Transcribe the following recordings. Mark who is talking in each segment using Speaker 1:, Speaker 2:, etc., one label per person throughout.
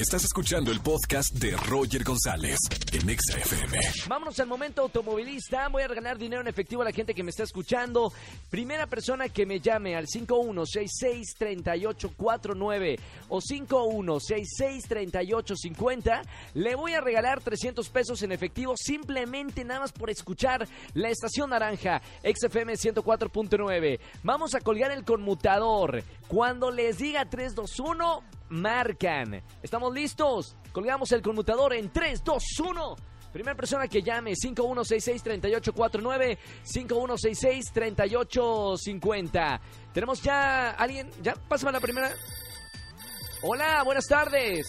Speaker 1: Estás escuchando el podcast de Roger González en Exa FM.
Speaker 2: Vámonos al momento automovilista. Voy a regalar dinero en efectivo a la gente que me está escuchando. Primera persona que me llame al 5166-3849 o 5166-3850, le voy a regalar 300 pesos en efectivo simplemente nada más por escuchar la estación naranja XFM 104.9. Vamos a colgar el conmutador. Cuando les diga 321, marcan. ¿Estamos listos? Colgamos el conmutador en 3, 2, 1. Primera persona que llame 5166-3849, 5166-3850. Tenemos ya alguien. ¿Ya? Pásame la primera. Hola, buenas tardes.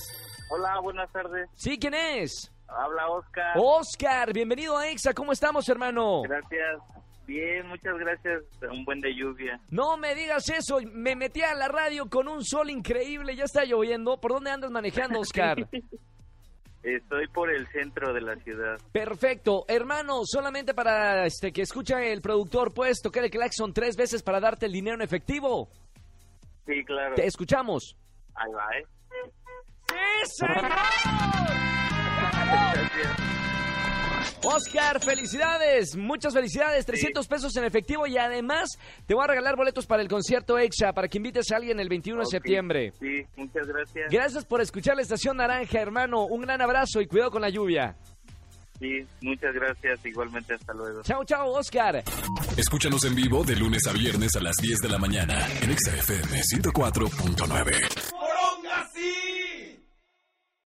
Speaker 3: Hola, buenas tardes.
Speaker 2: ¿Sí? ¿Quién es?
Speaker 3: Habla Oscar.
Speaker 2: Oh. Oscar, bienvenido a EXA. ¿Cómo estamos, hermano?
Speaker 3: Gracias. Bien, muchas gracias. Un buen de lluvia.
Speaker 2: No me digas eso. Me metí a la radio con un sol increíble. Ya está lloviendo. ¿Por dónde andas manejando, Oscar?
Speaker 3: Estoy por el centro de la ciudad.
Speaker 2: Perfecto, hermano, solamente para este que escucha el productor, puedes tocar el claxon tres veces para darte el dinero en efectivo.
Speaker 3: Sí, claro.
Speaker 2: Te escuchamos.
Speaker 3: Ahí va, ¿eh?
Speaker 2: ¡Sí, señor!
Speaker 3: Gracias.
Speaker 2: Oscar, felicidades, muchas felicidades, 300 pesos en efectivo y además te voy a regalar boletos para el concierto EXA para que invites a alguien el 21
Speaker 3: Ok.
Speaker 2: de septiembre.
Speaker 3: Sí, muchas gracias.
Speaker 2: Gracias por escuchar la estación naranja, hermano. Un gran abrazo y cuidado con la lluvia.
Speaker 3: Sí, muchas gracias. Igualmente, hasta luego.
Speaker 2: Chao, chao, Oscar.
Speaker 1: Escúchanos en vivo de lunes a viernes a las 10 de la mañana en Exa FM 104.9.